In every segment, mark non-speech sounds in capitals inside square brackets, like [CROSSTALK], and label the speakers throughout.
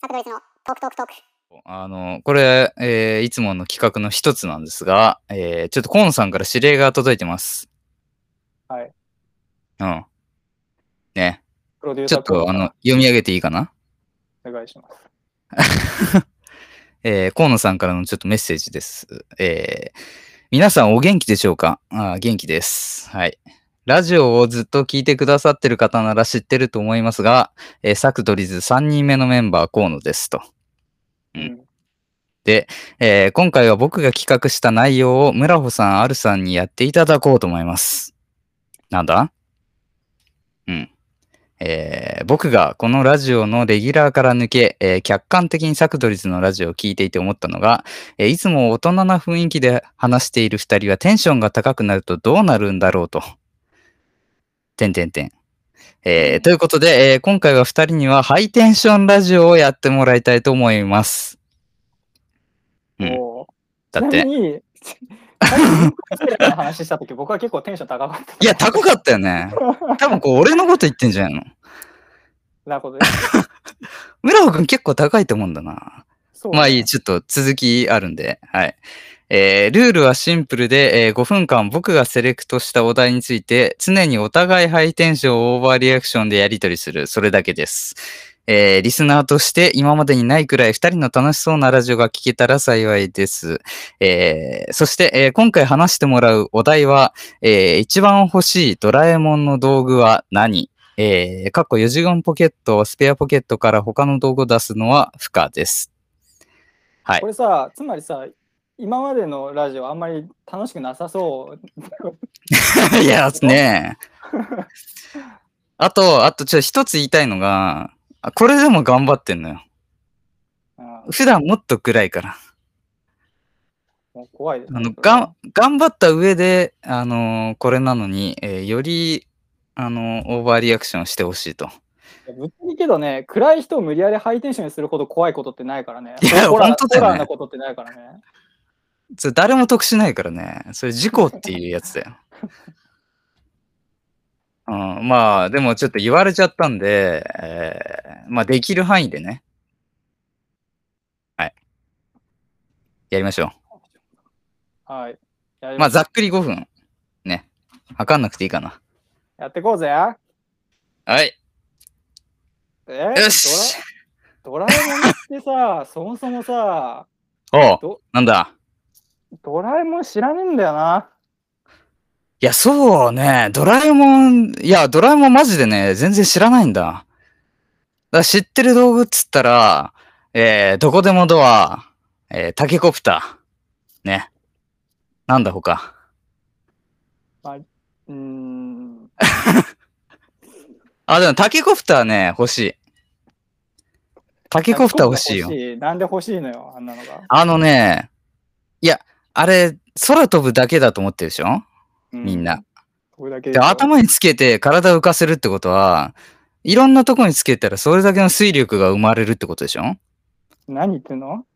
Speaker 1: サプドリスのトークトークトーク。
Speaker 2: あの、これ、えーいつもの企画の一つなんですが、えーちょっとコーンさんから指令が届いてます。
Speaker 3: はい。
Speaker 2: うん。ね。
Speaker 3: プロデュー
Speaker 2: ちょ
Speaker 3: サー
Speaker 2: っと、あの、読み上げていいかな
Speaker 3: お願いします。
Speaker 2: えー河野さんからのちょっとメッセージです。えー皆さんお元気でしょうかあー元気です。はい。ラジオをずっと聞いてくださってる方なら知ってると思いますが、えーサクドリズ3人目のメンバー河野ですと。う
Speaker 3: うんん。
Speaker 2: えー今回は僕が企画した内容を村穂さん、あるさんにやっていただこうと思います。なんだうん。えー僕がこのラジオのレギュラーから抜け、えー客観的にサクドリズのラジオを聞いていて思ったのが、えーいつも大人な雰囲気で話している二人はテンションが高くなるとどうなるんだろうと。てんてんてん。えーということで、えー今回は二人にはハイテンションラジオをやってもらいたいと思います。うん
Speaker 3: もう
Speaker 2: だっ
Speaker 3: ちな
Speaker 2: て。
Speaker 3: みに、最初に僕らの話したとき、僕は結構テンション高かった。
Speaker 2: いや、高かったよね。多分こう、俺のこと言ってんじゃないの。
Speaker 3: なるほ
Speaker 2: [LAUGHS]
Speaker 3: どね。
Speaker 2: 村尾くん結構高いと思うんだな。
Speaker 3: そうね
Speaker 2: まあいい、。ちょっと続きあるんで、はい。えールールはシンプルで、えー5分間僕がセレクトしたお題について、常にお互いハイテンションをオーバーリアクションでやり取りする、それだけです。えーリスナーとして今までにないくらい2人の楽しそうなラジオが聞けたら幸いです。えーそして、えー今回話してもらうお題は、えー一番欲しいドラえもんの道具は何えー、かっこ4次元ポケット、スペアポケットから他の道具を出すのは不可です。はい
Speaker 3: こ。れさ、つまりさ、今までのラジオあんまり楽しくなさそう。
Speaker 2: [LAUGHS] いや、ねえあと、あと、ちょ、一つ言いたいのが、あこれでも頑張ってんのよ。
Speaker 3: うん、
Speaker 2: 普段もっと暗いから。
Speaker 3: もう怖いです
Speaker 2: あ
Speaker 3: ね、
Speaker 2: の、
Speaker 3: それは
Speaker 2: がん、頑張った上で、あのーこれなのに、えーより、あのーオーバーリアクションしてほしいと。
Speaker 3: いやぶっちゃけけどね、暗い人を無理やりハイテンションにするほど怖いことってないからね。
Speaker 2: いや
Speaker 3: ホラー
Speaker 2: 本当だよね
Speaker 3: ホラーなことってないからね。
Speaker 2: それ誰も得しないからね。それ事故っていうやつだよ。うん、まあ、でもちょっと言われちゃったんで、えーまあ、できる範囲でね。はい。やりましょ
Speaker 3: はい。やり
Speaker 2: う。
Speaker 3: ま
Speaker 2: まあ、
Speaker 3: し
Speaker 2: ざっくり5分。ね。測んなくていいかな。
Speaker 3: やってこうぜ。
Speaker 2: はい。
Speaker 3: えー
Speaker 2: よし。
Speaker 3: ドラドラえもんってさ、そもそもさ、
Speaker 2: おう
Speaker 3: ど
Speaker 2: なんだ。
Speaker 3: ドラえもん知らねえんだよな。
Speaker 2: いや、そうね。ドラえもん、いや、ドラえもんマジでね、全然知らないんだ。だから知ってる道具っつったら、えー、どこでもドア、えー、タケコプター。ね。なんだ他。
Speaker 3: うーん。
Speaker 2: あ、でもタケコプターね、欲しい。タケコプター欲しいよ。
Speaker 3: よ。なんで欲しいのよ、あんなのが。
Speaker 2: あのね、いや、あれ、空飛ぶだけだと思ってるでしょ
Speaker 3: う
Speaker 2: みんな。
Speaker 3: これだけ
Speaker 2: で、頭につけて体を浮かせるってことは、いろんなとこにつけたらそれだけの水力が生まれるってことでしょ
Speaker 3: 何言ってんの、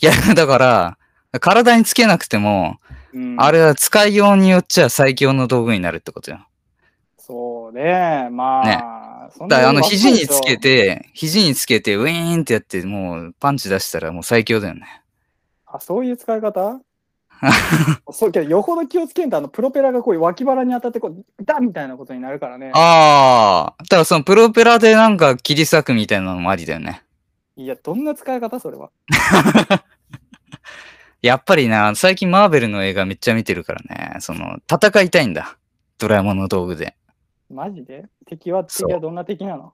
Speaker 2: いや、だから、体につけなくても、
Speaker 3: うん
Speaker 2: あれは使いようによっちゃ最強の道具になるってことよ。
Speaker 3: そうね、まあ。そんな
Speaker 2: だから、あの、
Speaker 3: ことばっか
Speaker 2: 肘
Speaker 3: り
Speaker 2: につけ
Speaker 3: でしょ。
Speaker 2: て、肘につけて、ウィーンってやって、もう、パンチ出したらもう最強だよね。
Speaker 3: あ、そういう使
Speaker 2: [LAUGHS]
Speaker 3: い方そうけど、よほど気をつけんと、あの、プロペラがこう脇腹に当たって、こう、ダンみたいなことになるからね。
Speaker 2: ああ、だからそのプロペラでなんか切り裂くみたいなのもありだよね。
Speaker 3: いや、どんな使い方それは。
Speaker 2: やっぱりな、最近マーベルの映画めっちゃ見てるからね、その、戦いたいんだ。ドラえもんの道具で。
Speaker 3: マジで敵は敵
Speaker 2: そう
Speaker 3: はどんな敵なの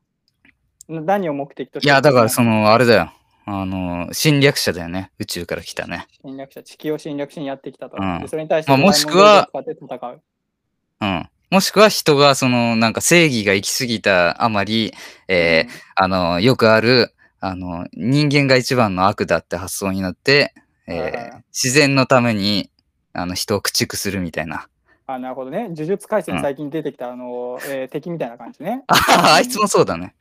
Speaker 3: な何を目的とし
Speaker 2: い
Speaker 3: て
Speaker 2: や、だからその、あれだよ。あの、侵略者だよね。宇宙から来たね。
Speaker 3: 侵略者、地球を侵略しにやってきたと。
Speaker 2: うん
Speaker 3: でそれに対して、
Speaker 2: まあもしくは
Speaker 3: ドラえもんの道具を使って
Speaker 2: うん。もしくは人が、その、なんか正義が行き過ぎたあまり、
Speaker 3: 戦う、
Speaker 2: えーあの、よくある、あの、人間が一番の悪だって発想になって、えー
Speaker 3: う
Speaker 2: 自然のために、あの、人を駆逐するみたいな。
Speaker 3: あ、なるほどね。呪術廻
Speaker 2: う
Speaker 3: 戦
Speaker 2: ん
Speaker 3: 最近出てきた、あの、え
Speaker 2: [LAUGHS]
Speaker 3: ー敵みたいな感じね。
Speaker 2: あははあいつもそうだね。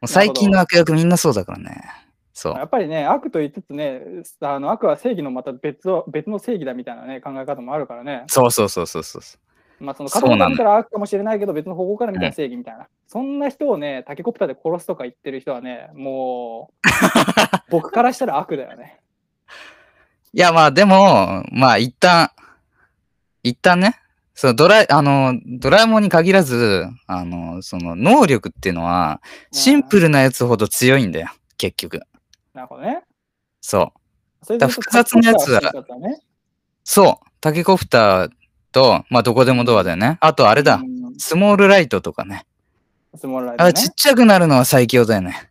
Speaker 2: もう最近の悪役みんなそうだからね。そう。
Speaker 3: やっぱりね、悪と言いつつね、あの悪は正義のまた別を別の正義だみたいなね、考え方もあるからね。
Speaker 2: そうそうそうそうそう。
Speaker 3: まあ、その
Speaker 2: そう
Speaker 3: 角
Speaker 2: な
Speaker 3: 度
Speaker 2: ん
Speaker 3: か
Speaker 2: だ
Speaker 3: ら見たら悪かもしれないけど、別の方向から見た
Speaker 2: う
Speaker 3: ら正義みたいな。そんな人をね、タケコプターで殺すとか言ってる人はね、も
Speaker 2: [LAUGHS]
Speaker 3: う、僕からしたら悪だよね。
Speaker 2: いや、まあでも、まあ一旦、一旦ね、そのドラえ、あの、ドラえもんに限らず、あの、その能力っていうのは、シンプルなやつほど強いんだよ、結局。
Speaker 3: なるほどね。
Speaker 2: そう。
Speaker 3: それ
Speaker 2: だ
Speaker 3: で
Speaker 2: から複雑なやつは
Speaker 3: タケコプターは複雑だね
Speaker 2: そう。タケコプターと、まあどこでもドアだよね。あとあれだ
Speaker 3: う、ん
Speaker 2: スモールライトとかね。
Speaker 3: スモールライト
Speaker 2: あ
Speaker 3: ね
Speaker 2: ちっちゃくなるのは最強だよね。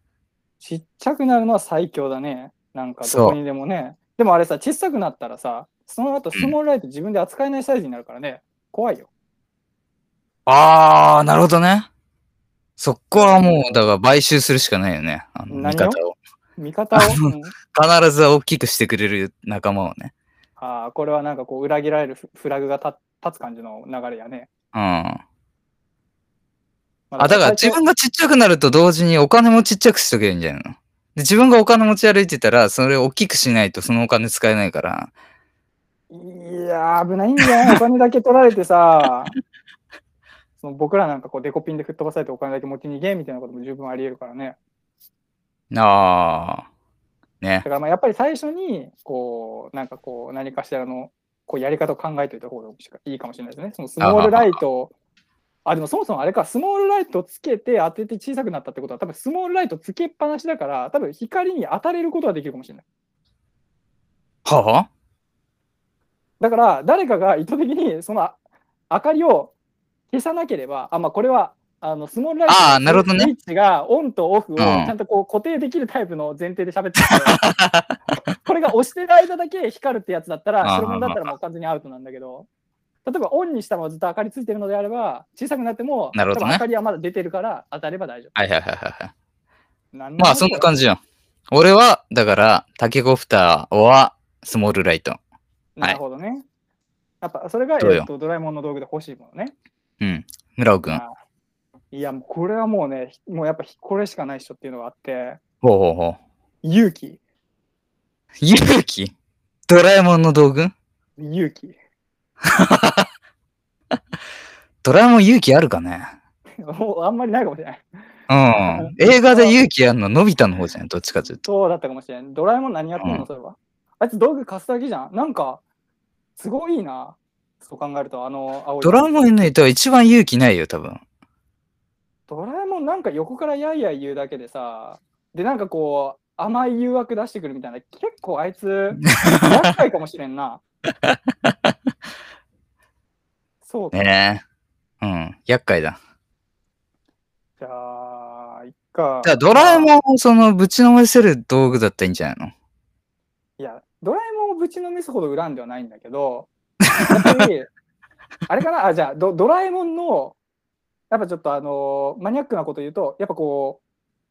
Speaker 3: ちっちゃくなるのは最強だね。なんか
Speaker 2: そう
Speaker 3: どこにでもね。でもあれさ、小さくなったらさ、その後スモールライト自分で扱えないサイズになるからね、怖いよ。
Speaker 2: あー、なるほどね。そこはもう、だから買収するしかないよね。あの見
Speaker 3: 何を
Speaker 2: 方を。
Speaker 3: 味方を。うん
Speaker 2: 必ず大きくしてくれる仲間をね。
Speaker 3: ああ、これはなんかこう裏切られるフフラグが立立つ感じの流れやね。
Speaker 2: うん。
Speaker 3: ま
Speaker 2: あ、だから自分がちっちゃくなると同時にお金もちっちゃくしとけばいいんじゃないので自分がお金持ち歩いてたら、それを大きくしないとそのお金使えないから。
Speaker 3: いやー、危ないんじゃないお金だけ取られ
Speaker 2: [LAUGHS]
Speaker 3: てさ、その僕らなんかこうデコピンで吹っ飛ばされてお金だけ持ち逃げみたいなことも十分あり得るからね。
Speaker 2: ああ。ね
Speaker 3: だ。からまあやっぱり最初に、こう、なんかこう、何かしらのこうやり方を考えておいた方がいいかもしれないですね。そのスモールライトをあ、でもそもそもあれか、スモールライトをつけて当てて小さくなったってことは、多分スモールライトつけっぱなしだから、多分光に当たれることができるかもしれない。
Speaker 2: は
Speaker 3: だから誰かが意図的にそのあ明かりを消さなければあ、まあ、これはあのスモールライ
Speaker 2: あー
Speaker 3: ト
Speaker 2: なるほどね
Speaker 3: スイッチがオンとオフを
Speaker 2: ん
Speaker 3: ちゃんとこう固定できるタイプの前提で喋ってる
Speaker 2: [LAUGHS]
Speaker 3: から、これが押してる間だけ光るってやつだったら
Speaker 2: あー
Speaker 3: 白物だったらもう完全にアウトなんだけど例えばオンにしたままずっと明かりついてるのであれば小さくなっても
Speaker 2: なるほどね
Speaker 3: 多分明かりはまだ出てるから当たれば大丈
Speaker 2: はいはいはいはい。
Speaker 3: 夫。なん
Speaker 2: まあそんな感
Speaker 3: じ。
Speaker 2: じよ。俺は、だから、タケコプターはスモールライト。
Speaker 3: なるほどね。やっぱそれが、
Speaker 2: どうよ
Speaker 3: えっと、ドラえもんの道具で欲しいものね。
Speaker 2: うん。村尾くん。
Speaker 3: あいや、もうこれはもうね、もうやっぱこれしかない人っていうのがあって、
Speaker 2: ほうほうほう。
Speaker 3: 勇気、
Speaker 2: 勇気ドラえもんの道具
Speaker 3: 勇気。 [LAUGHS]
Speaker 2: ドラえもん勇気あるかね
Speaker 3: もうあんまりないかもしれない。
Speaker 2: うん。映画で勇気あるの、のび太の方じゃん。どっちかというと。
Speaker 3: そうだったかもしれない。ドラえもん何やってん
Speaker 2: うん
Speaker 3: の、それは。あいつ道具貸すだけじゃん。なんか、すごいいいな。そう考えると、あの、青い
Speaker 2: ドラえもんの人は一番勇気ないよ、多分。
Speaker 3: ドラえもんなんか横からやいやい言うだけでさ、で、なんかこう、甘い誘惑出してくるみたいな、結構あい
Speaker 2: [LAUGHS]
Speaker 3: つ、厄介かもしれんな。そうか。
Speaker 2: ねえ。うん。厄介だ。
Speaker 3: じゃあ、いっか。
Speaker 2: じゃあ、ドラえもんをその、ぶちのめせる道具だったらいいんじゃないの
Speaker 3: いや、ドラえもんをぶちのめすほど恨んではないんだけど、やっぱり、あれかな、あ、じゃあド、ドラえもんの、やっぱちょっとあのーマニアックなこと言うと、やっぱこ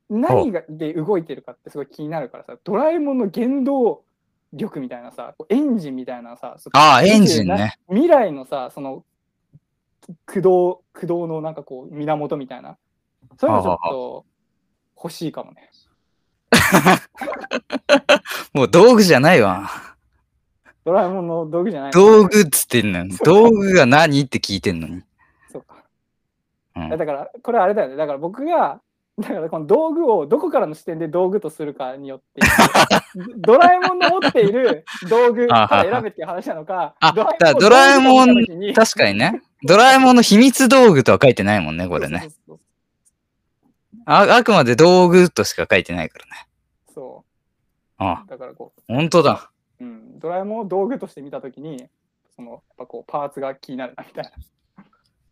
Speaker 3: う、何がで動いてるかってすごい気になるからさ、ドラえもんの原動力みたいなさ、こうエンジンみたいなさ、そ
Speaker 2: ああ、エンジンね。
Speaker 3: 未来のさ、その、駆動、駆動のなんかこう、源みたいな、そういうのちょっと欲しいかもね。
Speaker 2: もう道具じゃないわ。
Speaker 3: ドラえもんの道具じゃな
Speaker 2: [LAUGHS]
Speaker 3: いの
Speaker 2: 道具っつってんのに。道具が何って聞いてんのに。
Speaker 3: そうか。
Speaker 2: うん
Speaker 3: いやだからこれあれだよねだから僕がだからこの道具をどこからの視点で道具とするかによって
Speaker 2: [LAUGHS]
Speaker 3: ドラえもんの持っている道具から選べっていう話なのか
Speaker 2: あ
Speaker 3: ドラ
Speaker 2: だからドラえもん
Speaker 3: の道具と見た時
Speaker 2: 確かにね。ドラえもんの秘密道具とは書いてないもんね、これね。
Speaker 3: そうそうそう
Speaker 2: ああくまで道具としか書いてないからね。
Speaker 3: そ
Speaker 2: あ
Speaker 3: うだからこ
Speaker 2: あ、本当だ。
Speaker 3: う、うん、ドラえもんを道具として見たときにそのやっぱこうパーツが気になるなみたいな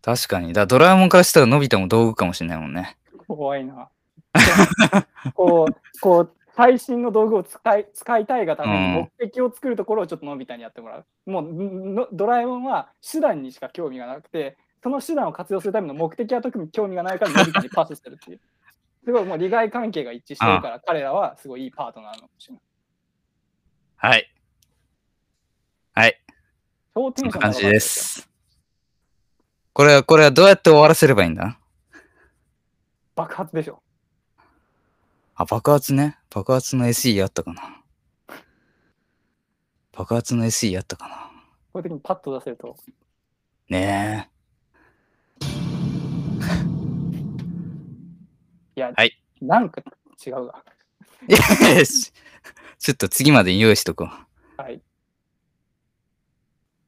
Speaker 2: 確かに。だドラえもんからしたらのび太も道具かもしれないもんね。
Speaker 3: 怖いな [LAUGHS] こうこう最新の道具を使い使いたいがために
Speaker 2: うん
Speaker 3: 目的を作るところをちょっとのび太にやってもらう。もうんのドラえもんは手段にしか興味がなくて、その手段を活用するための目的は特に興味がないからのび太にパスしてるっていう。 [LAUGHS] すごいもう利害関係が一致してるから、彼らはすごいいいパートナーなのかもしれない。
Speaker 2: はい。はい。
Speaker 3: 超テ
Speaker 2: そ
Speaker 3: ン
Speaker 2: んな
Speaker 3: ション高か
Speaker 2: 感
Speaker 3: った
Speaker 2: じです。これは、これはどうやって終わらせればいいんだ
Speaker 3: よ。爆発でしょ。
Speaker 2: あ、爆発ね。爆発の SE あったかな。爆発の SE あったかな。
Speaker 3: こういう時にパッと出せると、
Speaker 2: ねえ。
Speaker 3: いや、
Speaker 2: はい
Speaker 3: なんか違うわ。
Speaker 2: よしちょっと次までに用意しとこう。
Speaker 3: はい。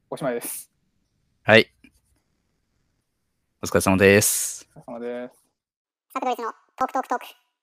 Speaker 3: おしまいです。
Speaker 2: はい。お疲れ様です。
Speaker 3: お疲れ様です。
Speaker 1: サクドリスのトークトークトーク。